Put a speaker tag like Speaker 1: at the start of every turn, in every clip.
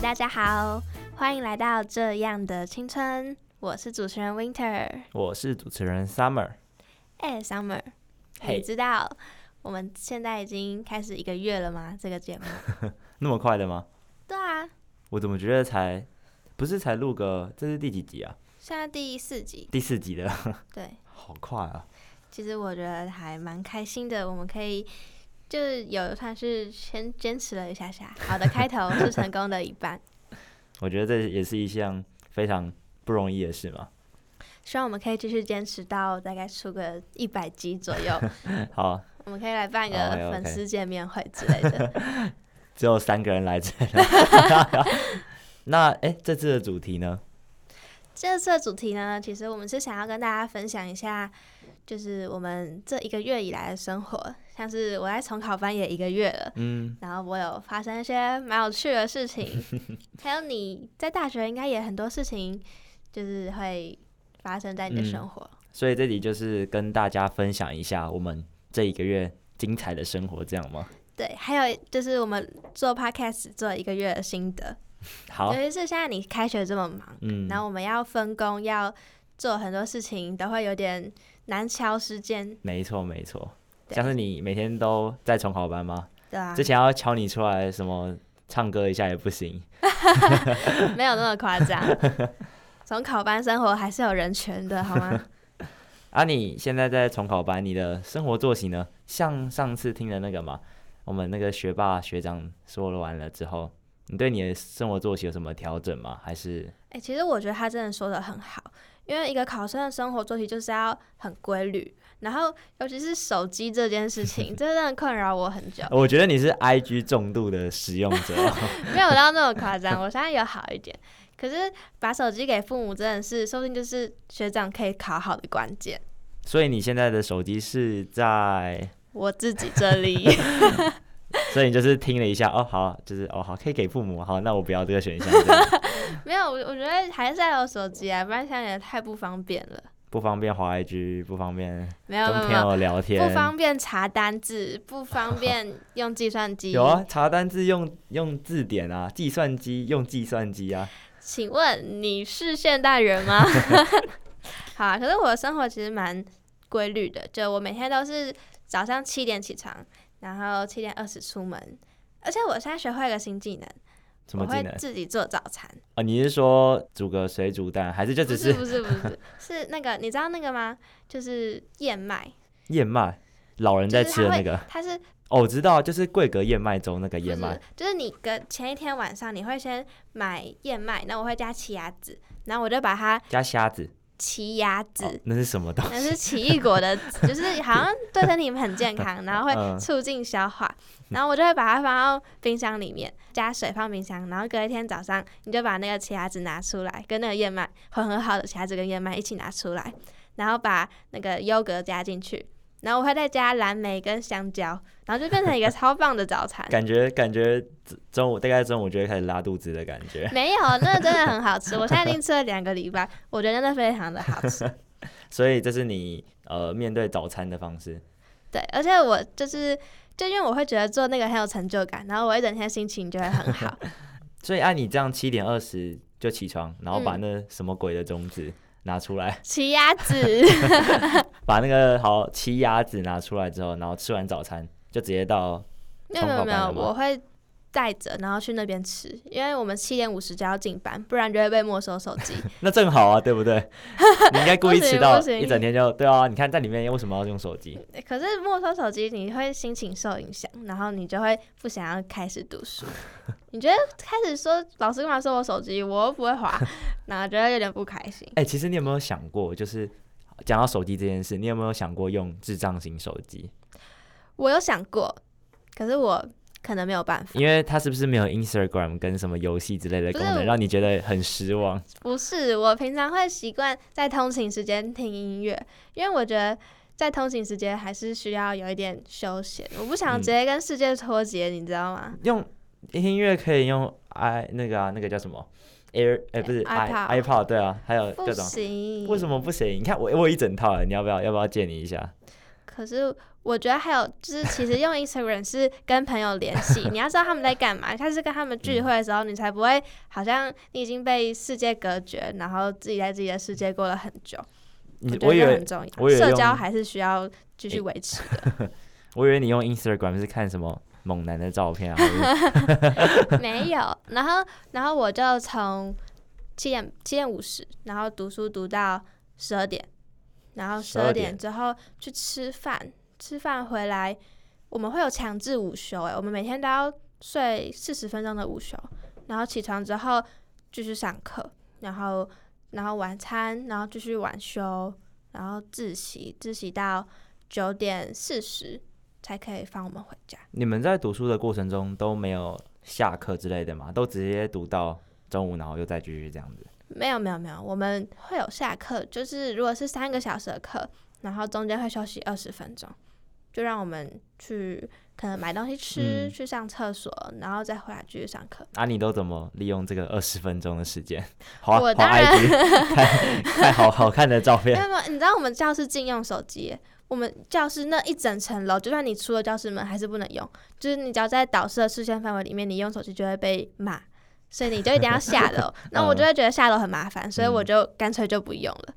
Speaker 1: 大家好，欢迎来到《这样的青春》，我是主持人 Winter。
Speaker 2: 我是主持人 Summer。
Speaker 1: 哎、s u m m e r 你
Speaker 2: 嘿，
Speaker 1: 知道我们现在已经开始一个月了吗？这个 节目？
Speaker 2: 那么快的吗？
Speaker 1: 对啊，
Speaker 2: 我怎么觉得才不是才录个这是第几集啊？
Speaker 1: 现在第四集。
Speaker 2: 第四集的，
Speaker 1: 对，
Speaker 2: 好快啊！
Speaker 1: 其实我觉得还蛮开心的，我们可以。就是有算是先坚持了一下下，好的 开头是成功的一半，
Speaker 2: 我觉得这也是一项非常不容易的事嘛。
Speaker 1: 希望我们可以继续坚持到大概出个一百集左 右，
Speaker 2: 好，
Speaker 1: 我们可以来办一个
Speaker 2: 哦 OK，OK
Speaker 1: 粉丝见面会之类的。
Speaker 2: 只有三个人来这 了。那哎、这次的主题呢？
Speaker 1: 这次的主题呢，其实我们是想要跟大家分享一下，就是我们这一个月以来的生活，像是我在重考班也一个月了，
Speaker 2: 嗯，
Speaker 1: 然后我有发生一些蛮有趣的事 情，还有你在大学应该也很多事情，就是会发生在你的
Speaker 2: 嗯
Speaker 1: 生活。
Speaker 2: 所以这里就是跟大家分享一下我们这一个月精彩的生活，这样吗？
Speaker 1: 对，还有就是我们做 podcast 做一个月的心得，
Speaker 2: 好
Speaker 1: 尤，其是现在你开学这么忙，
Speaker 2: 嗯，
Speaker 1: 然后我们要分工，要做很多事情，都会有点难敲时间，
Speaker 2: 没错没错。
Speaker 1: 对
Speaker 2: 像是你每天都在重考班吗？
Speaker 1: 对啊
Speaker 2: 之，前要敲你出来什么唱歌一下也不行，
Speaker 1: 没有那么夸张。从考班生活还是有人权的，好吗？
Speaker 2: 啊，你现在在重考班，你的生活作息呢？像上次听的那个嘛，我们那个学霸学长说完了之后，你对你的生活作息有什么调整吗？还是，
Speaker 1: 哎、其实我觉得他真的说的很好，因为一个考生的生活作息就是要很规律，然后尤其是手机这件事情，这真的困扰我很久
Speaker 2: 我觉得你是 IG 重度的使用者
Speaker 1: 没有到那么夸张，我现在有好一点。可是把手机给父母真的是，说不定就是学长可以考好的关键。
Speaker 2: 所以你现在的手机是在，
Speaker 1: 我自己这里，
Speaker 2: 所以你就是听了一下，哦，好，就是哦，好，可以给父母，好，那我不要这个选项，这样
Speaker 1: 没有，我我觉得还是要有手机啊，不然现在也太不方便了。
Speaker 2: 不方便滑 IG，不方便
Speaker 1: 没有，
Speaker 2: 跟
Speaker 1: 没有，
Speaker 2: 朋
Speaker 1: 没有
Speaker 2: 友聊天，
Speaker 1: 不方便查单字，不方便用计算机。
Speaker 2: 有啊，查单字用用字典啊，计算机用计算机啊，
Speaker 1: 请问你是现代人 吗？好啊，可是我的生活其实蛮规律的，就我每天都是早上七点起床，然后七点二十出门，而且我现在学会一个新技能，
Speaker 2: 什么
Speaker 1: 我
Speaker 2: 技
Speaker 1: 会
Speaker 2: 能？
Speaker 1: 自己做早餐。
Speaker 2: 哦，你是说煮个水煮蛋，还是就只
Speaker 1: 不是
Speaker 2: 是
Speaker 1: 不是不是，是那个你知道那个吗？就是燕麦，
Speaker 2: 燕麦？老人在吃的那个
Speaker 1: 它是
Speaker 2: 哦，我知道，就是桂格燕麦粥那个
Speaker 1: 不
Speaker 2: 燕
Speaker 1: 是
Speaker 2: 麦，，
Speaker 1: 就是你隔前一天晚上你会先买燕麦，那我会加奇亚籽，然后我就把它
Speaker 2: 加虾子，
Speaker 1: 奇亚
Speaker 2: 哦
Speaker 1: 籽，
Speaker 2: 那是什么东
Speaker 1: 那
Speaker 2: 西？
Speaker 1: 是奇异果 的籽，就是好像对身体很健康，然后会
Speaker 2: 嗯
Speaker 1: 促进消化，然后我就会把它放到冰箱里面，加水放冰箱，然后隔一天早上你就把那个奇亚籽拿出来，跟那个燕麦混合好的奇亚籽跟燕麦一起拿出来，然后把那个优格加进去。然后我会再加蓝莓跟香蕉，然后就变成一 个超棒的早餐。
Speaker 2: 感觉感觉中午大概中午就会开始拉肚子的感 觉，
Speaker 1: 没有，那个真的很好吃。我现在已经吃了两个礼拜，我觉得真的非常的好吃。
Speaker 2: 所以这是你呃面对早餐的方式。
Speaker 1: 对，而且我就是，就因为我会觉得做那个很有成就感，然后我一整天心情就会很 好。
Speaker 2: 所以按啊你这样七点二十就起床，然后把
Speaker 1: 嗯
Speaker 2: 那什么鬼的种子拿出来，
Speaker 1: 奇亚 籽，
Speaker 2: 把那个好奇鸭子拿出来之后，然后吃完早餐就直接到
Speaker 1: 没有没有没有
Speaker 2: 重考班，的吗
Speaker 1: 我会带着然后去那边吃，因为我们七点五十就要进班，不然就会被没收手 机。
Speaker 2: 那正好啊，对 不对？你应该故意迟到
Speaker 1: 不行不行
Speaker 2: 一整天就对啊。你看在里面为什么要用手机？
Speaker 1: 可是没收手机，你会心情受影响，然后你就会不想要开始读 书。你觉得开始说老师干嘛收我手机，我又不会 滑，然后觉得有点不开心。
Speaker 2: 哎、其实你有没有想过，就是讲到手机这件事，你有没有想过用智障型手机？
Speaker 1: 我有想过，可是我可能没有办法。
Speaker 2: 因为它是不是没有 Instagram 跟什么游戏之类的功
Speaker 1: 不
Speaker 2: 能，
Speaker 1: 是
Speaker 2: 让你觉得很失望？
Speaker 1: 不是，我平常会习惯在通勤时间听音乐，因为我觉得在通勤时间还是需要有一点休闲。我不想
Speaker 2: 嗯
Speaker 1: 直接跟世界脱节，你知道吗？
Speaker 2: 用音乐可以用 i 那个啊，那个叫什么 Air？哎、不是 i
Speaker 1: iPod
Speaker 2: iPod 对啊，还有
Speaker 1: 不
Speaker 2: 各种。
Speaker 1: 行，
Speaker 2: 为什
Speaker 1: 么？
Speaker 2: 啊么不行？你看我我有一整套，你要不要要不要借你一下？
Speaker 1: 可是我觉得还有就是，其实用 Instagram 是跟朋友联系，你要知道他们在干嘛。他是跟他们聚会的时候，你才不会好像你已经被世界隔绝，然后自己在自己的世界过了很久。
Speaker 2: 你
Speaker 1: 我
Speaker 2: 嗯我以
Speaker 1: 觉得这
Speaker 2: 为
Speaker 1: 很重
Speaker 2: 我
Speaker 1: 要，
Speaker 2: 以为
Speaker 1: 社
Speaker 2: 用
Speaker 1: 交还是需要继续维持
Speaker 2: 我以为你用 Instagram 是看什么猛男的照 片啊，或者是
Speaker 1: 的。没有，然后然后我就从七点七点五十，然后读书读到十二点，然后十
Speaker 2: 12
Speaker 1: 二
Speaker 2: 点
Speaker 1: 点之后去吃饭，吃饭回来我们会有强制午休、欸，我们每天都要睡四十分钟的午休，然后起床之后继续上课，然后然后晚餐，然后继续晚休，然后自习，自习到九点四十才可以放我们回家。
Speaker 2: 你们在读书的过程中都没有下课之类的嘛？都直接读到中午，然后又再继续这样子。
Speaker 1: 没有没有没有，我们会有下课，就是如果是三个小时的课，然后中间会休息二十分钟，就让我们去可能买东西吃，
Speaker 2: 嗯
Speaker 1: 去上厕所，然后再回来继续上课。
Speaker 2: 啊，你都怎么利用这个二十分钟的时间？ 滑滑
Speaker 1: 我当然
Speaker 2: IG，看看好好看的照
Speaker 1: 没
Speaker 2: 片。
Speaker 1: 有没有，你知道我们教室禁用手机耶，我们教室那一整层楼，就算你出了教室门还是不能用，就是你只要在导师的视线范围里面，你用手机就会被骂，所以你就一定要下楼。那我就会觉得下楼很麻烦，所以我就干脆就不用了。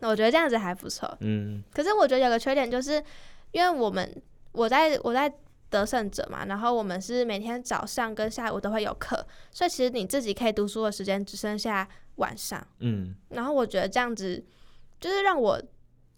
Speaker 1: 那我觉得这样子还不错，
Speaker 2: 嗯，
Speaker 1: 可是我觉得有个缺点就是，因为我们我在我在得胜者嘛，然后我们是每天早上跟下午都会有课，所以其实你自己可以读书的时间只剩下晚上。
Speaker 2: 嗯，
Speaker 1: 然后我觉得这样子就是让我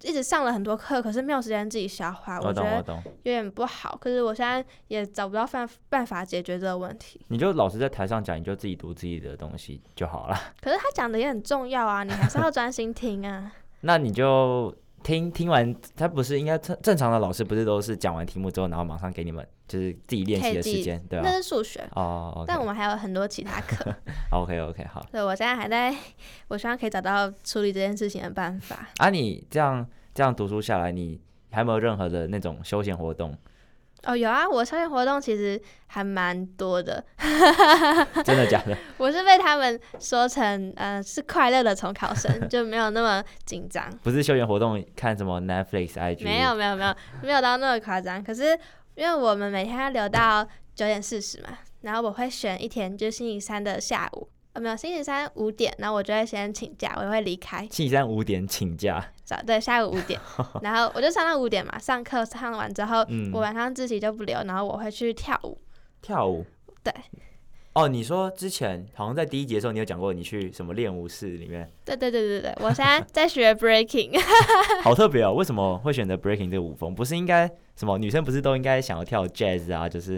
Speaker 1: 一直上了很多课，可是没有时间自己消化，
Speaker 2: 我
Speaker 1: 啊觉
Speaker 2: 哦懂我
Speaker 1: 得
Speaker 2: 懂。
Speaker 1: 有点不好。可是我现在也找不到办办法解决这个问题。
Speaker 2: 你就老师在台上讲，你就自己读自己的东西就好了。
Speaker 1: 可是他讲的也很重要啊，你还是要专心听啊。
Speaker 2: 那你就听听完，他不是应该正正常的老师不是都是讲完题目之后，然后马上给你们就是自己练习的时间， 对吧、啊
Speaker 1: 那是数学，
Speaker 2: 哦，OK，
Speaker 1: 但我们还有很多其他课，
Speaker 2: OK OK 好
Speaker 1: 所以我现在还在，我希望可以找到处理这件事情的办法。
Speaker 2: 啊，你这样这样读书下来，你还没有任何的那种休闲 活动，
Speaker 1: 哦，有啊，我校园活动其实还蛮多的，
Speaker 2: 真的假的？
Speaker 1: 我是被他们说成呃是快乐的重考生，就没有那么紧张。
Speaker 2: 不是休闲活动，看什么 Netflix、IG，
Speaker 1: 没有没有没有没有到那么夸张，可是因为我们每天要留到九点四十嘛，然后我会选一天，就是星期三的下午，呃没有星期三五点，然后我就会先请假，我就会离开，
Speaker 2: 星期三五点请假，
Speaker 1: 早对下午五点，然后我就上到五点嘛，上课上完之后，
Speaker 2: 嗯
Speaker 1: 呃我晚上自习就不留，然后我会去跳舞，
Speaker 2: 跳舞。
Speaker 1: 对。
Speaker 2: 哦，你说之前好像在第一节的时候，你有讲过你去什么练舞室里面，
Speaker 1: 对对对对对，我现在在 学 breaking，
Speaker 2: 好特别哦。为什么会选择 breaking 这个舞风？不是应该什么女生不是都应该想要跳 jazz 啊，就是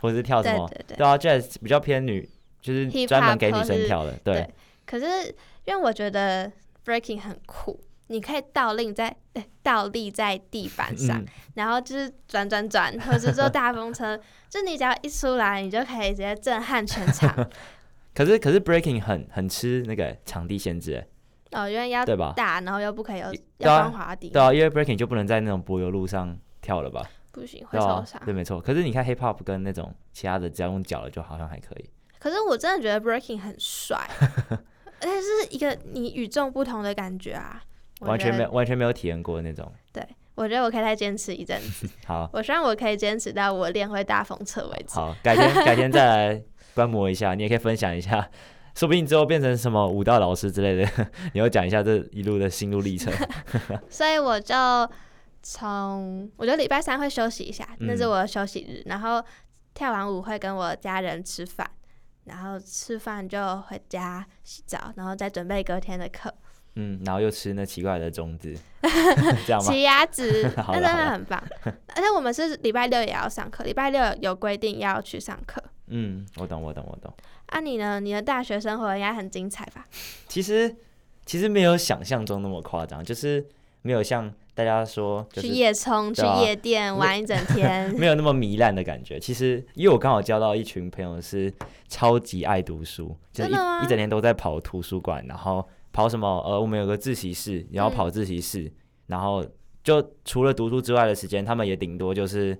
Speaker 2: 或者是跳什
Speaker 1: 对
Speaker 2: 么？
Speaker 1: 对对。
Speaker 2: 对啊，jazz 比较偏女，就是
Speaker 1: Hip
Speaker 2: 专门
Speaker 1: hop
Speaker 2: 给女
Speaker 1: 或
Speaker 2: 生
Speaker 1: 是
Speaker 2: 跳的。对
Speaker 1: 对，可是因为我觉得 breaking 很酷，你可以倒立在、 哎倒立在地板上，
Speaker 2: 嗯，
Speaker 1: 然后就是转转转，或者是坐大风 车，就你只要一出来，你就可以直接震撼全 场
Speaker 2: 可是可是 breaking 很很吃那个场地限制，
Speaker 1: 哦，因为要
Speaker 2: 对吧？
Speaker 1: 大，然后又不可以有
Speaker 2: 对
Speaker 1: 要
Speaker 2: 啊
Speaker 1: 光滑地，
Speaker 2: 对啊，因为 breaking 就不能在那种柏油路上跳了吧？
Speaker 1: 不行会
Speaker 2: 对
Speaker 1: 受
Speaker 2: 啊
Speaker 1: 伤，。
Speaker 2: 对，没错。可是你看 hip hop 跟那种其他的，只要用脚了，就好像还可以。
Speaker 1: 可是我真的觉得 breaking 很帅， 而且是一个你与众不同的感觉啊，我
Speaker 2: 完全
Speaker 1: 觉得
Speaker 2: 没有。完全没有体验过那种。
Speaker 1: 我觉得我可以再坚持一阵子，
Speaker 2: 好
Speaker 1: 我希望我可以坚持到我练会大风车为止。
Speaker 2: 好，改天改天再来观摩一下，你也可以分享一下， 说不定之后变成什么舞蹈老师之类的， 你要讲一下这一路的心路 历程。
Speaker 1: 所以我就从我觉得礼拜三会休息一下，
Speaker 2: 嗯
Speaker 1: 那是我的休息日。然后跳完舞会跟我家人吃饭，然后吃饭就回家洗澡，然后再准备隔天的课。
Speaker 2: 嗯，然后又吃那奇怪的 种子，这样吗？，
Speaker 1: 奇亚籽
Speaker 2: 好
Speaker 1: 那
Speaker 2: 了
Speaker 1: 真
Speaker 2: 好
Speaker 1: 的
Speaker 2: 了
Speaker 1: 很棒。而且我们是礼拜六也要上课，礼拜六有规定要去上课。
Speaker 2: 嗯，我懂，我懂，我懂。
Speaker 1: 啊，你呢？你的大学生活应该很精彩吧？
Speaker 2: 其实其实没有想象中那么夸张，就是没有像大家说，就
Speaker 1: 去
Speaker 2: 是
Speaker 1: 夜冲、去
Speaker 2: 对啊
Speaker 1: 夜店玩一整 天，
Speaker 2: 没有那么糜烂的感觉。其实因为我刚好交到一群朋友是超级爱读书，就是
Speaker 1: 真
Speaker 2: 一
Speaker 1: 的吗
Speaker 2: 一整天都在跑图书馆，然后跑什么呃，我们有个自习室，然后跑自习室，
Speaker 1: 嗯
Speaker 2: 然后就除了读书之外的时间，他们也顶多就是。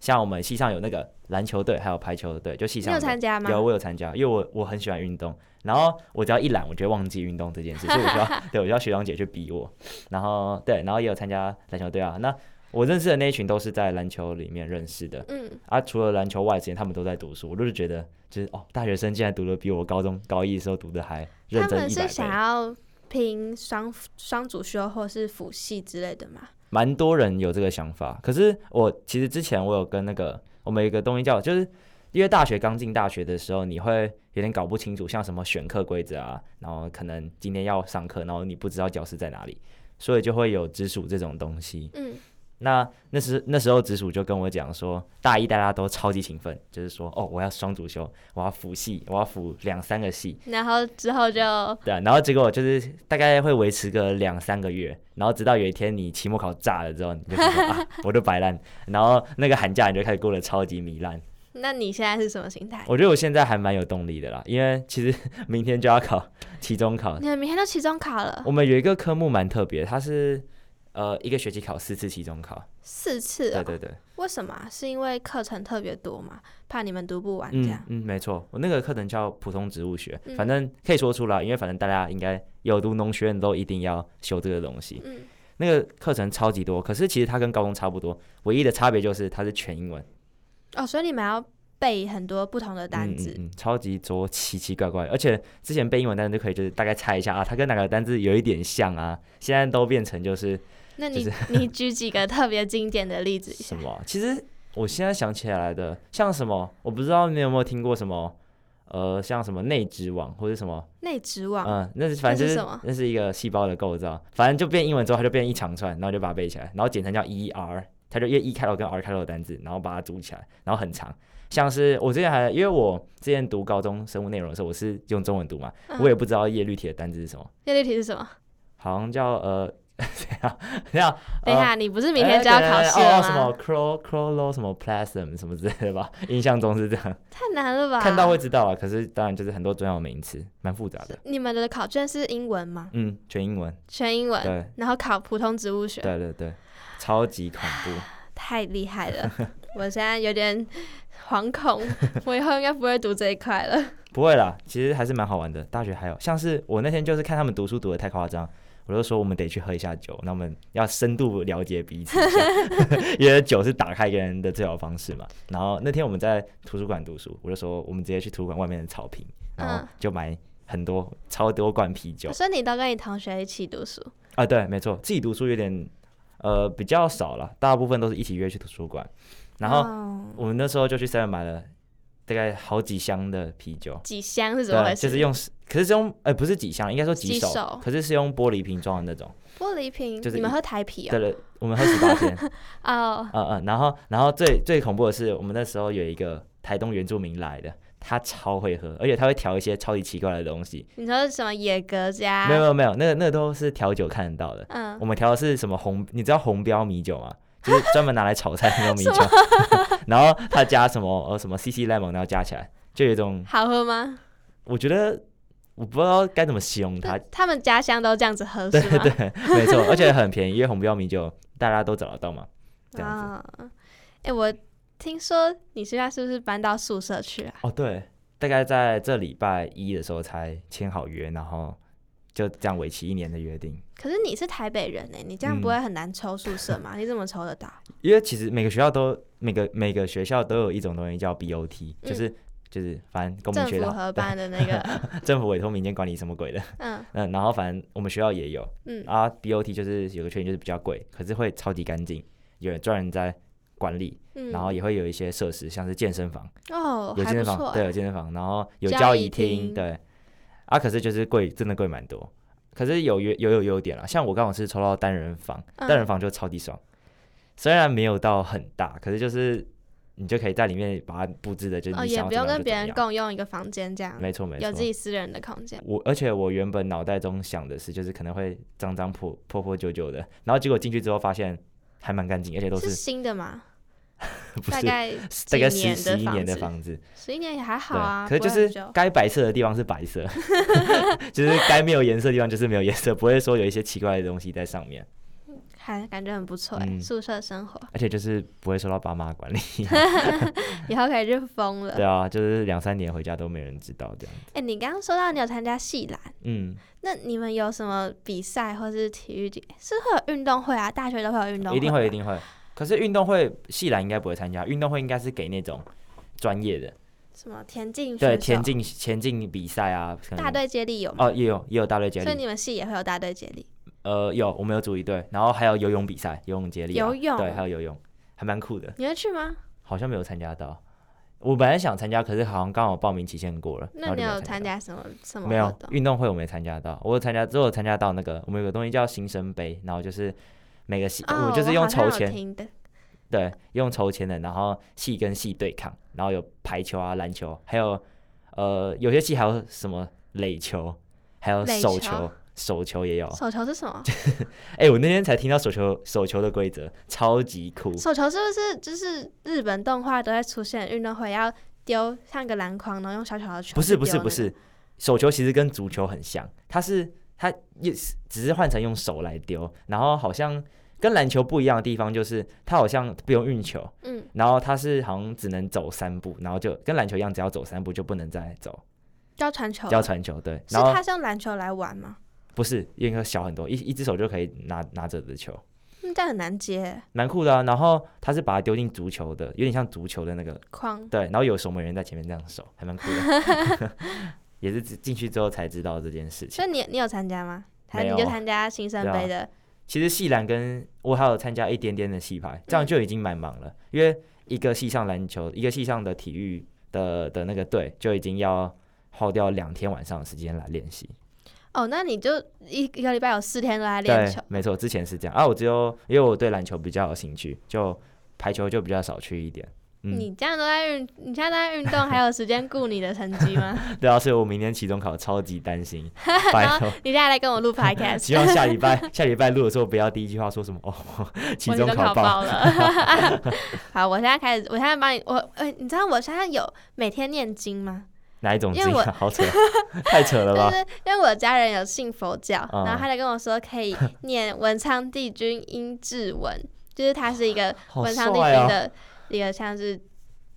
Speaker 2: 像我们系上有那个篮球队，还有排球队，就系
Speaker 1: 你
Speaker 2: 上
Speaker 1: 有
Speaker 2: 的
Speaker 1: 参加吗？
Speaker 2: 有，我有参加，因为我我很喜欢运动，然后我只要一懒，我就会忘记运动 这件事，所以我就要对我就要学长姐去逼我，然后对，然后也有参加篮球队啊。那我认识的那一群都是在篮球里面认识的
Speaker 1: 嗯，
Speaker 2: 啊，除了篮球外，之前他们都在读书，我就是觉得就是哦，大学生竟然读的比我高中高一的时候读的还认
Speaker 1: 他
Speaker 2: 真
Speaker 1: 们
Speaker 2: 一
Speaker 1: 是
Speaker 2: 百
Speaker 1: 想
Speaker 2: 倍，
Speaker 1: 要拼双双主修或是辅系之类的嘛？
Speaker 2: 蛮多人有这个想法。可是我其实之前我有跟那个我们有一个东西叫就是。因为大学刚进大学的时候，你会有点搞不清楚，像什么选课规则啊，然后可能今天要上课，然后你不知道教室在哪里，所以就会有直属这种东西。
Speaker 1: 嗯，
Speaker 2: 那那时那时候直属就跟我讲说，大一大家都超级勤奋，就是说哦，我要双主修，我要辅系，我要辅两三个系，
Speaker 1: 然后之后就
Speaker 2: 对啊、然后结果就是大概会维持个两三个月，然后直到有一天你期末考炸了之后，你就想说啊，我都摆烂，然后那个寒假你就开始过得超级糜烂。
Speaker 1: 那你现在是什么心态？
Speaker 2: 我觉得我现在还蛮有动力的啦，因为其实 明天就要考期中考，
Speaker 1: 你们明天都期中考了
Speaker 2: 我们有一个科目蛮特别，它是呃一个学期考四次期中考，
Speaker 1: 四次
Speaker 2: 对
Speaker 1: 哦，
Speaker 2: 对对。
Speaker 1: 为什么啊？是因为课程特别多嘛，怕你们读不完这
Speaker 2: 嗯
Speaker 1: 样？
Speaker 2: 嗯，没错，我那个课程叫普通植物学，
Speaker 1: 嗯
Speaker 2: 反正可以说出来，因为反正大家应该有读农学院都一定要修这个东西。
Speaker 1: 嗯，
Speaker 2: 那个课程超级多，可是其实它跟高中差不多，唯一的差别就是它是全英文，
Speaker 1: 哦，所以你们要背很多不同的单
Speaker 2: 嗯
Speaker 1: 词
Speaker 2: 嗯，嗯，超级多，奇奇怪怪。而且之前背英文单词就可以，就是大概猜一下啊，它跟哪个单字有一点像啊，现在都变成就是
Speaker 1: 那你、 你举几个特别经典的例子一下
Speaker 2: 什？么？其实我现在想起来的，像什么，我不知道你有没有听过什么，呃，像什么内质网或者什么。
Speaker 1: 内质网、
Speaker 2: 嗯，那是反
Speaker 1: 那
Speaker 2: 正就是是
Speaker 1: 什么
Speaker 2: 那是一个细胞的构造，反正就变英文之后，它就变一长串，然后就把它背起来，然后简称叫 ER，它就因为 E 开头跟 R 开头的单字，然后把它组起来，然后很长。像是我之前还因为我之前读高中生物内容的时候，我是用中文读嘛，
Speaker 1: 嗯
Speaker 2: 我也不知道叶绿体的单字是什么，
Speaker 1: 叶绿题是什么？
Speaker 2: 好像叫呃，
Speaker 1: 等
Speaker 2: 这样，这
Speaker 1: 一
Speaker 2: 样。呃
Speaker 1: 下，你不是明天就要考试
Speaker 2: 哎
Speaker 1: 了
Speaker 2: 哦，什
Speaker 1: 吗？
Speaker 2: 么 cro crolo 什么 plasm 什么之类的吧，印象中是这样，
Speaker 1: 太难了吧？
Speaker 2: 看到会知道啊。可是当然就是很多专有名词，蛮复杂的。
Speaker 1: 你们的考卷是英文吗？
Speaker 2: 嗯，全英文。
Speaker 1: 全英文，
Speaker 2: 对，
Speaker 1: 然后考普通植物学，
Speaker 2: 对对对，超级恐怖。
Speaker 1: 太厉害 了！我现在有点惶恐，我以后应该不会读这一块了。
Speaker 2: 不会啦，其实还是蛮好玩的。大学还有像是我那天就是看他们读书读的太夸张，我就说我们得去喝一下酒，那我们要深度了解彼此一下， 因为酒是打开一个人的最好方式嘛。然后那天我们在图书馆读书，我就说我们直接去图书馆外面的草坪，然后
Speaker 1: 嗯
Speaker 2: 就买很多超多罐啤酒
Speaker 1: 所以你都跟你同学一起读书，
Speaker 2: 啊。对，没错，自己读书有点呃比较少了，大部分都是一起约去图书馆，然后
Speaker 1: 哦
Speaker 2: 我们那时候就去 seven 买了大概好几箱的啤酒，
Speaker 1: 几箱是怎
Speaker 2: 对
Speaker 1: 么
Speaker 2: 啊，
Speaker 1: 回事？
Speaker 2: 就是用，可是是用，呃，不是几箱，应该说几
Speaker 1: 几
Speaker 2: 手，
Speaker 1: 手
Speaker 2: 可是是用玻璃瓶装的那种。
Speaker 1: 玻璃瓶，
Speaker 2: 就是
Speaker 1: 你
Speaker 2: 一
Speaker 1: 们喝台啤
Speaker 2: 对
Speaker 1: 哦。
Speaker 2: 了，我们喝十八天，
Speaker 1: 哦，
Speaker 2: 嗯嗯，然后然后最最恐怖的是，我们那时候有一个台东原住民来的，他超会喝，而且他会调一些超级奇怪的东西。
Speaker 1: 你说什么野格加？
Speaker 2: 没有没有没有，那个那个都是调酒看得到的。
Speaker 1: 啊嗯，
Speaker 2: 我们调的是什么红？你知道红标米酒吗？就是专门拿来炒菜的那种 米酒。 然后他加什么呃什么 CC lemon，然后加起来，就有一种
Speaker 1: 好喝吗？
Speaker 2: 我觉得我不知道该怎么形容它，
Speaker 1: 他们家乡都这样子喝
Speaker 2: 对
Speaker 1: 是吗？
Speaker 2: 对，没错，而且很便宜，因为红标米酒大家都找得 到嘛，这样子。
Speaker 1: 啊，哎、我听说你现在是不是搬到宿舍去啊？
Speaker 2: 哦，对，大概在这礼拜一的时候才签好约，然后就这样为期一年的约定。
Speaker 1: 可是你是台北人哎、你这样不
Speaker 2: 嗯
Speaker 1: 会很难抽宿舍吗？你怎么抽得到？
Speaker 2: 因为其实每个学校都每个每个学校都有一种东西叫 BOT，就是、就是反正公
Speaker 1: 嗯政
Speaker 2: 民学
Speaker 1: 府
Speaker 2: 校
Speaker 1: 合办的那个，
Speaker 2: 政府委托民间管理什么鬼的，
Speaker 1: 嗯
Speaker 2: 嗯，然后反正我们学校也有，
Speaker 1: 嗯，
Speaker 2: 啊，BOT 就是有个缺点就是比较贵，可是会超级干净，有专人在管理，
Speaker 1: 嗯
Speaker 2: 然后也会有一些设施，像是健身房。
Speaker 1: 哦，
Speaker 2: 有
Speaker 1: 还
Speaker 2: 健
Speaker 1: 不
Speaker 2: 身
Speaker 1: 错
Speaker 2: 房，
Speaker 1: 欸、
Speaker 2: 对，有健身房，然后有
Speaker 1: 交
Speaker 2: 交
Speaker 1: 易
Speaker 2: 易厅，
Speaker 1: 厅
Speaker 2: 对。啊，可是就是贵，真的贵蛮多。可是有有有有优点啦，像我刚好是抽到单人房，
Speaker 1: 嗯
Speaker 2: 单人房就超级爽。虽然没有到很大，可是就是你就可以在里面把它布置的，就是
Speaker 1: 哦，
Speaker 2: 你
Speaker 1: 也
Speaker 2: 想要
Speaker 1: 不
Speaker 2: 怎
Speaker 1: 用
Speaker 2: 么样
Speaker 1: 跟
Speaker 2: 就
Speaker 1: 别
Speaker 2: 怎么
Speaker 1: 人
Speaker 2: 样。
Speaker 1: 共用一个房间，这样
Speaker 2: 没错没
Speaker 1: 有自
Speaker 2: 错。
Speaker 1: 己私人的空间。
Speaker 2: 我而且我原本脑袋中想的是，就是可能会脏脏破破破旧旧的，然后结果进去之后发现还蛮干净，而且都
Speaker 1: 是
Speaker 2: 是
Speaker 1: 新的嘛？
Speaker 2: 不
Speaker 1: 大
Speaker 2: 是
Speaker 1: 概
Speaker 2: 大概
Speaker 1: 几
Speaker 2: 十
Speaker 1: 年
Speaker 2: 十
Speaker 1: 的
Speaker 2: 一年的
Speaker 1: 房
Speaker 2: 房子，
Speaker 1: 十一年也还好
Speaker 2: 对，
Speaker 1: 啊，
Speaker 2: 可是
Speaker 1: 不
Speaker 2: 就
Speaker 1: 会很
Speaker 2: 是
Speaker 1: 久
Speaker 2: 该白色的地方是白 色， 就是该没有颜色的地方就是没有颜色，不会说有一些奇怪的东西在上面，
Speaker 1: 还感觉很不错哎、
Speaker 2: 嗯
Speaker 1: 宿舍生 活
Speaker 2: 而且就是不会受到爸妈管理。
Speaker 1: 以后可以去疯了。
Speaker 2: 对啊，就是两三年回家都没人知道这样子。
Speaker 1: 哎、你刚刚说到你有参加系篮，
Speaker 2: 嗯，
Speaker 1: 那你们有什么比赛或是体育节？是会有运动会啊？大学都会有运动会、
Speaker 2: 一定会，一。定会。可是运动会系篮应该不会参加，运动会应该是给那种专业的，
Speaker 1: 什么田径选
Speaker 2: 对
Speaker 1: 手、
Speaker 2: 田径田径比赛啊，可能
Speaker 1: 大队接力有吗？
Speaker 2: 哦也有也有大队接
Speaker 1: 所以
Speaker 2: 力，
Speaker 1: 你们系也会有大队接力，
Speaker 2: 呃有我们有组一队，然后还有游泳比赛，游泳接力啊、
Speaker 1: 游泳
Speaker 2: 对还有游泳，还蛮酷的，
Speaker 1: 你会去吗？
Speaker 2: 好像没有参加到。我本来想参加，可是好像刚好报名期限过了，然
Speaker 1: 那
Speaker 2: 后
Speaker 1: 你
Speaker 2: 就没
Speaker 1: 有
Speaker 2: 参
Speaker 1: 参
Speaker 2: 加
Speaker 1: 加什么什么
Speaker 2: 没
Speaker 1: 活
Speaker 2: 有
Speaker 1: 动？
Speaker 2: 运动会我没参加到，我有参加，只有参加到那个我们有个东西叫新生杯，然后就是每个系、
Speaker 1: 哦，
Speaker 2: 就是用
Speaker 1: 好像
Speaker 2: 筹
Speaker 1: 有
Speaker 2: 钱，
Speaker 1: 听的，
Speaker 2: 对，用筹钱的，然后系跟系对抗，然后有排球啊、篮球，还有呃有些系还有什么垒球，还有
Speaker 1: 垒
Speaker 2: 手
Speaker 1: 球
Speaker 2: 球，手球也有。
Speaker 1: 手球是什么？
Speaker 2: 哎、我那天才听到手球手球的规则，超级酷。
Speaker 1: 手球是不是就是日本动画都会出现运动会要丢像个篮筐，然后用小小的球
Speaker 2: 不
Speaker 1: 去
Speaker 2: 是不是
Speaker 1: 丢
Speaker 2: 不
Speaker 1: 那
Speaker 2: 是
Speaker 1: 个，，
Speaker 2: 手球其实跟足球很像，它是它也是只是换成用手来丢，然后好像跟篮球不一样的地方就是它好像不用运球，
Speaker 1: 嗯，
Speaker 2: 然后它是好像只能走三步，然后就跟篮球一样，只要走三步就不能再走，
Speaker 1: 叫传球
Speaker 2: 叫
Speaker 1: 吗。
Speaker 2: 传球对，
Speaker 1: 哦是
Speaker 2: 然后
Speaker 1: 它是用篮球来玩吗？
Speaker 2: 不是应该小很多，一一只手就可以拿拿着的球，
Speaker 1: 嗯，但很难接
Speaker 2: 蛮酷的啊。然后它是把它丢进足球的，有点像足球的那个
Speaker 1: 框。
Speaker 2: 对，然后有守门员在前面这样守，还蛮酷的。 也是进进去之后才知道这件事情
Speaker 1: 所。以你你有参加吗？还
Speaker 2: 没
Speaker 1: 是
Speaker 2: 有
Speaker 1: 你就参加新生
Speaker 2: 对啊
Speaker 1: 杯的？
Speaker 2: 其实系篮跟我还有参加一点点的系排，这样就已经蛮忙了，因为一个系上篮球，一个系上的体育的的那个队就已经要耗掉两天晚上的时间来练习。
Speaker 1: 哦，那你就一一个礼拜有四天都在练
Speaker 2: 对
Speaker 1: 球，，
Speaker 2: 没错，之前是这样啊。我只有因为我对篮球比较有兴趣，就排球就比较少去一点。 嗯，
Speaker 1: 你这样都在运，你现在都在运动，还有时间顾你的成绩吗？
Speaker 2: 对啊，所以我明年期中考超级担心，拜托，
Speaker 1: 你现在来跟我 录 podcast，
Speaker 2: 希望下礼拜下礼拜录的时候不要第一句话说什么哦， 期
Speaker 1: 我
Speaker 2: 中
Speaker 1: 都
Speaker 2: 考
Speaker 1: 考
Speaker 2: 爆，
Speaker 1: 爆了。 好，我现在开始，我现在帮你，我呃，你知道我现在有每天念经吗？
Speaker 2: 哪一种
Speaker 1: 因
Speaker 2: 字
Speaker 1: 为
Speaker 2: 啊？好扯，太扯 了
Speaker 1: 就
Speaker 2: 吧？
Speaker 1: 是因为我家人有信佛教，
Speaker 2: 嗯
Speaker 1: 然后他就跟我说可以念文昌帝君殷志文，就是它是一个
Speaker 2: 好
Speaker 1: 文
Speaker 2: 帅
Speaker 1: 昌帝君
Speaker 2: 哦！
Speaker 1: 的一个像是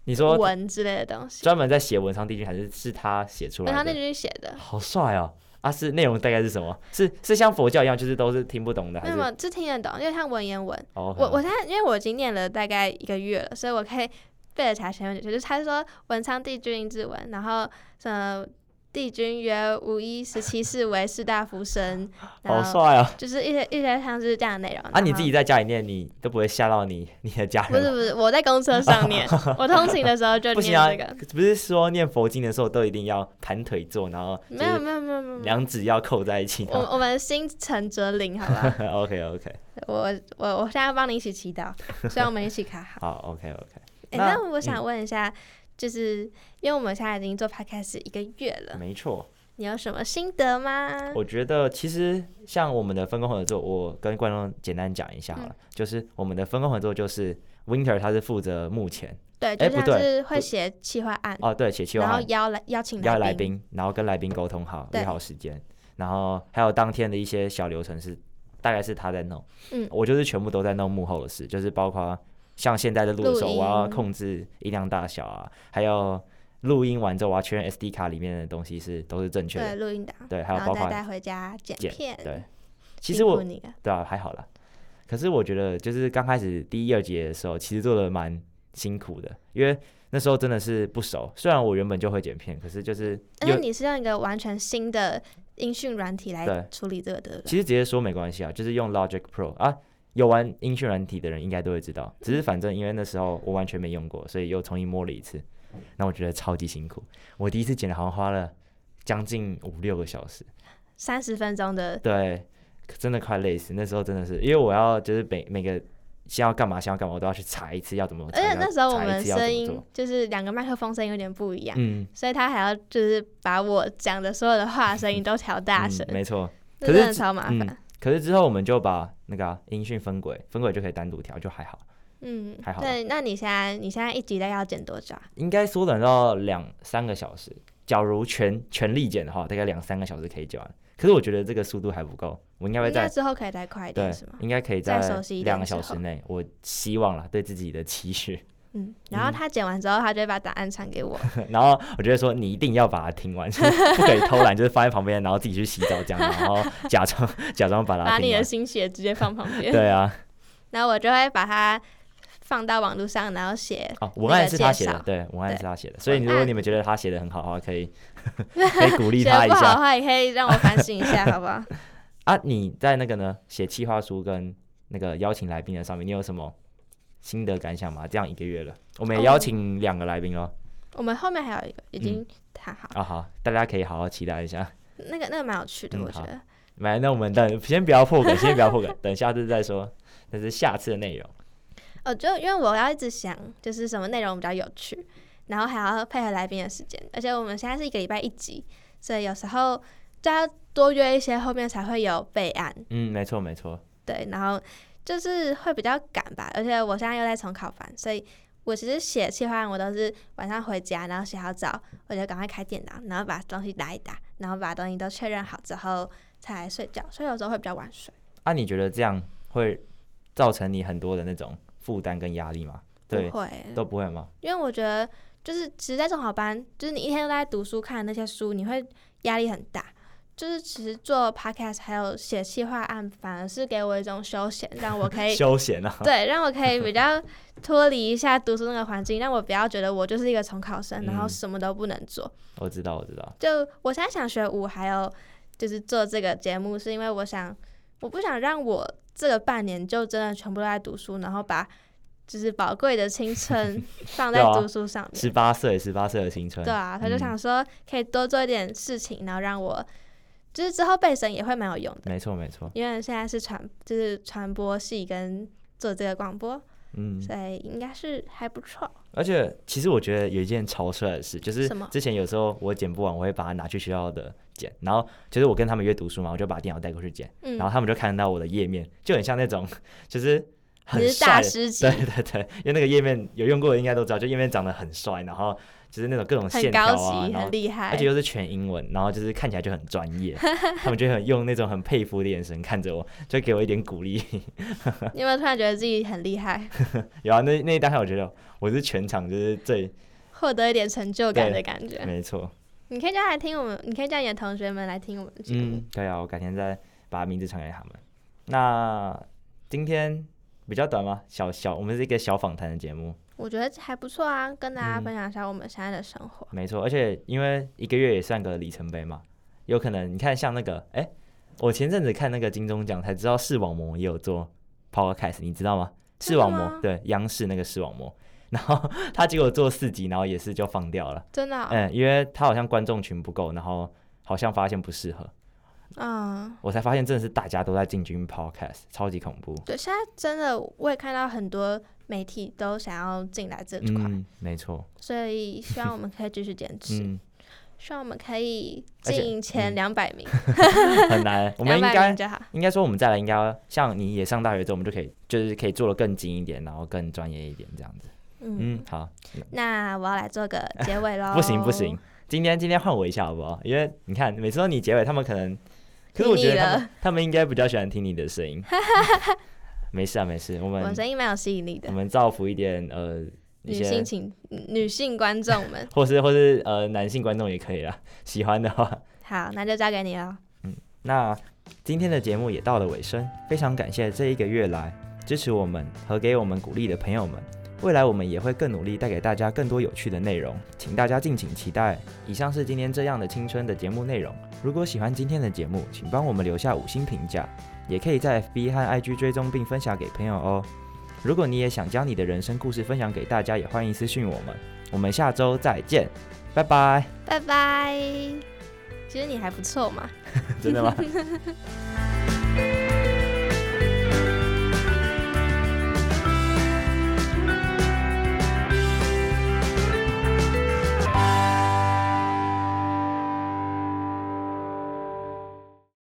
Speaker 2: 你说
Speaker 1: 文之类的东西，
Speaker 2: 专门在写文昌帝君，还是是他写出
Speaker 1: 文
Speaker 2: 来
Speaker 1: 昌帝
Speaker 2: 的？
Speaker 1: 君写的。
Speaker 2: 好帅哦！啊，是内容大概是什么？是是像佛教一样，就是都是听不懂的，还
Speaker 1: 那
Speaker 2: 是
Speaker 1: 么就听得懂，因为像文言文，
Speaker 2: 哦
Speaker 1: 我我现在因为我已经念了大概一个月了，所以我可以 背得起来前面几句。就是他说文昌帝君应之文，然后什么帝君曰吾一十七世为士大夫生，
Speaker 2: 好
Speaker 1: 然后
Speaker 2: 帅哦！
Speaker 1: 就是一些一些像是这样的内容。
Speaker 2: 啊，
Speaker 1: 然
Speaker 2: 你
Speaker 1: 后
Speaker 2: 自己在家里念，你都不会吓到你你的家
Speaker 1: 不
Speaker 2: 人
Speaker 1: 是
Speaker 2: 吗？
Speaker 1: 不是，我在公车上 念，我通勤的时候就
Speaker 2: 不
Speaker 1: 念
Speaker 2: 行啊
Speaker 1: 这个。，
Speaker 2: 不是说念佛经的时候都一定要盘腿坐，然后就
Speaker 1: 没有
Speaker 2: 是
Speaker 1: 没有没有没有没有，
Speaker 2: 两指要扣在一起。
Speaker 1: 我我们心诚则灵，好吧？
Speaker 2: OK OK，
Speaker 1: 我我我现在帮你一起祈祷，希望我们一起卡 好。
Speaker 2: 好 OK OK，
Speaker 1: 哎、
Speaker 2: 那嗯
Speaker 1: 那我想问一下，就是因为我们现在已经做 podcast 一个月了，
Speaker 2: 没错。
Speaker 1: 你有什么心得吗？
Speaker 2: 我觉得其实像我们的分工合作，我跟观众简单讲一下好了，
Speaker 1: 嗯
Speaker 2: 就是我们的分工合作就是 Winter 他是负责幕前
Speaker 1: 对，
Speaker 2: 哎
Speaker 1: 就
Speaker 2: 不
Speaker 1: 像
Speaker 2: 对
Speaker 1: 是会
Speaker 2: 不
Speaker 1: 写企划案，
Speaker 2: 哦，对，写企划
Speaker 1: 然后
Speaker 2: 案，
Speaker 1: 邀来邀请
Speaker 2: 要来
Speaker 1: 宾，
Speaker 2: 宾，然后跟来宾沟通好，
Speaker 1: 对
Speaker 2: 约好时间，然后还有当天的一些小流程是大概是他在弄，
Speaker 1: 嗯
Speaker 2: 我就是全部都在弄幕后的事，就是包括像现在在录的时候，
Speaker 1: 录音
Speaker 2: 我要控制音量大小啊，还有录音完之后我要确认 SD 卡里面的东西是都是正确
Speaker 1: 对，
Speaker 2: 的，
Speaker 1: 录音档，
Speaker 2: 对，还有
Speaker 1: 然
Speaker 2: 包
Speaker 1: 后再
Speaker 2: 括
Speaker 1: 带回家剪
Speaker 2: 剪
Speaker 1: 片。
Speaker 2: 对，其
Speaker 1: 辛
Speaker 2: 实我
Speaker 1: 苦你了
Speaker 2: 对啊，还好啦。可是我觉得，就是刚开始第一、二节的时候，其实做的蛮辛苦的，因为那时候真的是不熟。虽然我原本就会剪片，可是就是
Speaker 1: 而
Speaker 2: 有
Speaker 1: 哎且你是用一个完全新的音讯软体来
Speaker 2: 对
Speaker 1: 处理这个，对不对？
Speaker 2: 其实直接说没关系啊，就是用 Logic Pro 啊，有玩音讯软体的人应该都会知道。只是反正因为那时候我完全没用过，所以又重新摸了一次。那我觉得超级辛苦，我第一次剪好像花了将近五六个小时。
Speaker 1: 三十分钟的，
Speaker 2: 对，真的快累死。那时候真的是，因为我要就是每每个先要干嘛，先要干嘛，我都要去查一次要怎么
Speaker 1: 而
Speaker 2: 查。
Speaker 1: 且
Speaker 2: 要
Speaker 1: 那时候我
Speaker 2: 查一
Speaker 1: 们
Speaker 2: 次要怎
Speaker 1: 声
Speaker 2: 么
Speaker 1: 音
Speaker 2: 做
Speaker 1: 就是两个麦克风声音有点不一样，
Speaker 2: 嗯，
Speaker 1: 所以他还要就是把我讲的所有的话声音都调大
Speaker 2: 嗯
Speaker 1: 声，
Speaker 2: 没错。
Speaker 1: 那
Speaker 2: 可
Speaker 1: 真
Speaker 2: 是
Speaker 1: 的超麻
Speaker 2: 嗯
Speaker 1: 烦。
Speaker 2: 可是之后我们就把那个啊、音讯分轨，分轨就可以单独调，就还好。
Speaker 1: 嗯，
Speaker 2: 还好
Speaker 1: 对，那你现在你现在一集大概要剪多久啊？
Speaker 2: 应该缩短到两三个小时。假如全全力剪的话，大概两三个小时可以剪完。可是我觉得这个速度还不够，我应该会
Speaker 1: 应该
Speaker 2: 在
Speaker 1: 之后可以再快一
Speaker 2: 对
Speaker 1: 点，是吗，？
Speaker 2: 应该可以
Speaker 1: 再
Speaker 2: 在
Speaker 1: 熟悉一点
Speaker 2: 两个
Speaker 1: 之
Speaker 2: 小时
Speaker 1: 后
Speaker 2: 内，我希望啦，对自己的期许。
Speaker 1: 嗯，然后他剪完之后，他就会把答案传给我。
Speaker 2: 然后我就会说你一定要把它听完，就是不可以偷懒，就是放在旁边，然后自己去洗澡这样，然后假装假装把它
Speaker 1: 把你
Speaker 2: 听
Speaker 1: 的
Speaker 2: 完。
Speaker 1: 心血直接放旁边，
Speaker 2: 对啊，
Speaker 1: 然后我就会把它放到网络上，然后写
Speaker 2: 哦，文案
Speaker 1: 个
Speaker 2: 是他
Speaker 1: 介
Speaker 2: 写的
Speaker 1: 绍，
Speaker 2: 对，文案是他写的。所
Speaker 1: 文
Speaker 2: 以如果
Speaker 1: 案
Speaker 2: 你们觉得他写的很好的话，可以可以鼓励
Speaker 1: 写
Speaker 2: 他
Speaker 1: 的
Speaker 2: 一
Speaker 1: 不好的
Speaker 2: 下
Speaker 1: 话，也可以让我反省一下，好 不好？
Speaker 2: 啊。你在那个呢写企划书跟那个邀请来宾的上面，你有什么心得感想吗？这样一个月了，我们也
Speaker 1: 哦
Speaker 2: 邀请两个来宾哦。
Speaker 1: 我们后面还有一个已经谈好，
Speaker 2: 啊好，大家可以好好期待一下。
Speaker 1: 那个那个蛮有趣的，
Speaker 2: 嗯
Speaker 1: 我觉
Speaker 2: 好
Speaker 1: 得。
Speaker 2: 来，那我们等先不要破梗，先不要破梗， 等下次再说，那是下次的内容。
Speaker 1: 哦，就因为我要一直想，就是什么内容比较有趣，然后还要配合来宾的时间，而且我们现在是一个礼拜一集，所以有时候就要多约一些，后面才会有备案。
Speaker 2: 嗯，没错没错。
Speaker 1: 对，然后就是会比较赶吧，而且我现在又在重考班，所以我其实写计划案我都是晚上回家，然后洗好澡，我就赶快开电脑，然后把东西打一打，然后把东西都确认好之后才来睡觉，所以有时候会比较晚睡。
Speaker 2: 啊，你觉得这样会造成你很多的那种负担跟压力吗？对，
Speaker 1: 不会，
Speaker 2: 都不会吗？
Speaker 1: 因为我觉得就是其实，在中考班，就是你一天都在读书看那些书，你会压力很大。就是其实做 podcast 还有写企划案，反而是给我一种休闲，让我可以
Speaker 2: 休闲啊，
Speaker 1: 对，让我可以比较脱离一下读书那个环境，让我不要觉得我就是一个重考生，然后
Speaker 2: 嗯
Speaker 1: 什么都不能做。
Speaker 2: 我知道我知道。
Speaker 1: 就我现在想学舞，还有就是做这个节目，是因为我想，我不想让我这个半年就真的全部都在读书，然后把就是宝贵的青 春放在
Speaker 2: 对啊
Speaker 1: 读书上面。
Speaker 2: 十八岁，十八岁的青春。
Speaker 1: 对啊，他就
Speaker 2: 嗯
Speaker 1: 想说可以多做一点事情，然后让我就是之后背审也会蛮有用的，
Speaker 2: 没错没错，
Speaker 1: 因为现在是传就是传播系跟做这个广播，
Speaker 2: 嗯，
Speaker 1: 所以应该是还不错。
Speaker 2: 而且其实我觉得有一件超帅的事，就是
Speaker 1: 什么
Speaker 2: 之前有时候我剪不完，我会把它拿去学校的剪，然后就是我跟他们约读书嘛，我就把电脑带过去剪，
Speaker 1: 嗯
Speaker 2: 然后他们就看到我的页面，就很像那种 就是很
Speaker 1: 你是大
Speaker 2: 帅的，
Speaker 1: 师级，
Speaker 2: 对对对，因为那个页面有用过的应该都知道，就页面长得很帅，然后就是那种各种
Speaker 1: 很
Speaker 2: 线
Speaker 1: 高
Speaker 2: 条啊，
Speaker 1: 级，
Speaker 2: 然后
Speaker 1: 很厉害
Speaker 2: 而且。又是全英文，然后就是看起来就很专 业，他们就很用那种很佩服的眼神看着我，就给我一点鼓励。
Speaker 1: 你有没有突然觉得自己很厉害，
Speaker 2: 有啊，那那一当下我觉得我是全场就是最
Speaker 1: 获得一点成就感的
Speaker 2: 对
Speaker 1: 感觉？
Speaker 2: 没错，
Speaker 1: 你可以叫他来听我们，你可以叫你的同学们来听我们的节目。
Speaker 2: 嗯， 对啊，我改天再把名字传给他们。那今天比较短吗？小小，我们是一个小访谈的节目，
Speaker 1: 我觉得还不错啊，跟大家
Speaker 2: 嗯
Speaker 1: 分享一下我们现在的生活。
Speaker 2: 没错，而且因为一个月也算个里程碑嘛，有可能你看像那个，哎、我前阵子看那个金钟奖才知道视网膜也有做 podcast，你知道吗？
Speaker 1: 真
Speaker 2: 视
Speaker 1: 的
Speaker 2: 网膜
Speaker 1: 吗
Speaker 2: 对央视那个视网膜，然后他结果做四集，然后也是就放掉了，
Speaker 1: 真的哦、
Speaker 2: 嗯，因为他好像观众群不够，然后好像发现不适合，
Speaker 1: 嗯，
Speaker 2: 我才发现真的是大家都在进军 podcast，超级恐怖。
Speaker 1: 对，现在真的我也看到很多媒体都想要进来这块，
Speaker 2: 嗯，没错，
Speaker 1: 所以希望我们可以继续坚持，
Speaker 2: 嗯，
Speaker 1: 希望我们可以
Speaker 2: 而且
Speaker 1: 进前两百名，
Speaker 2: 很 难， 我们
Speaker 1: 两
Speaker 2: 应
Speaker 1: 百
Speaker 2: 该
Speaker 1: 名就好。
Speaker 2: 应该说，我们再来应该像你也上大学之后，我们就可以就是可以做的更精一点，然后更专业一点这样子。
Speaker 1: 嗯，哦
Speaker 2: 嗯，好，
Speaker 1: 那我要来做个结尾喽。
Speaker 2: 不行不行，，今天今天换我一下好不好？因为你看每次都你结尾，他们可能，可是我觉得他
Speaker 1: 听
Speaker 2: 们他们应该比较喜欢听你的 声音。没事啊，没事，我
Speaker 1: 我
Speaker 2: 们
Speaker 1: 的声音蛮有吸引力
Speaker 2: 我
Speaker 1: 的。
Speaker 2: 们造福一点呃一
Speaker 1: 女性
Speaker 2: 些，
Speaker 1: 请女性观众们，
Speaker 2: 或是或是呃男性观众也可以啦，喜欢的话。
Speaker 1: 好，那就交给你了。
Speaker 2: 那今天的节目也到了尾声，非常感谢这一个月来支持我们和给我们鼓励的朋友们。未来我们也会更努力带给大家更多有趣的内容，请大家敬请期待。以上是今天这样的青春的节目内容。如果喜欢今天的节目，请帮我们留下五星评价，也可以在 FB 和 IG 追踪并分享给朋友哦。如果你也想将你的人生故事分享给大家，也欢迎私讯我们。我们下周再见，拜拜。
Speaker 1: 拜拜。其实你还不错嘛。
Speaker 2: 真的吗？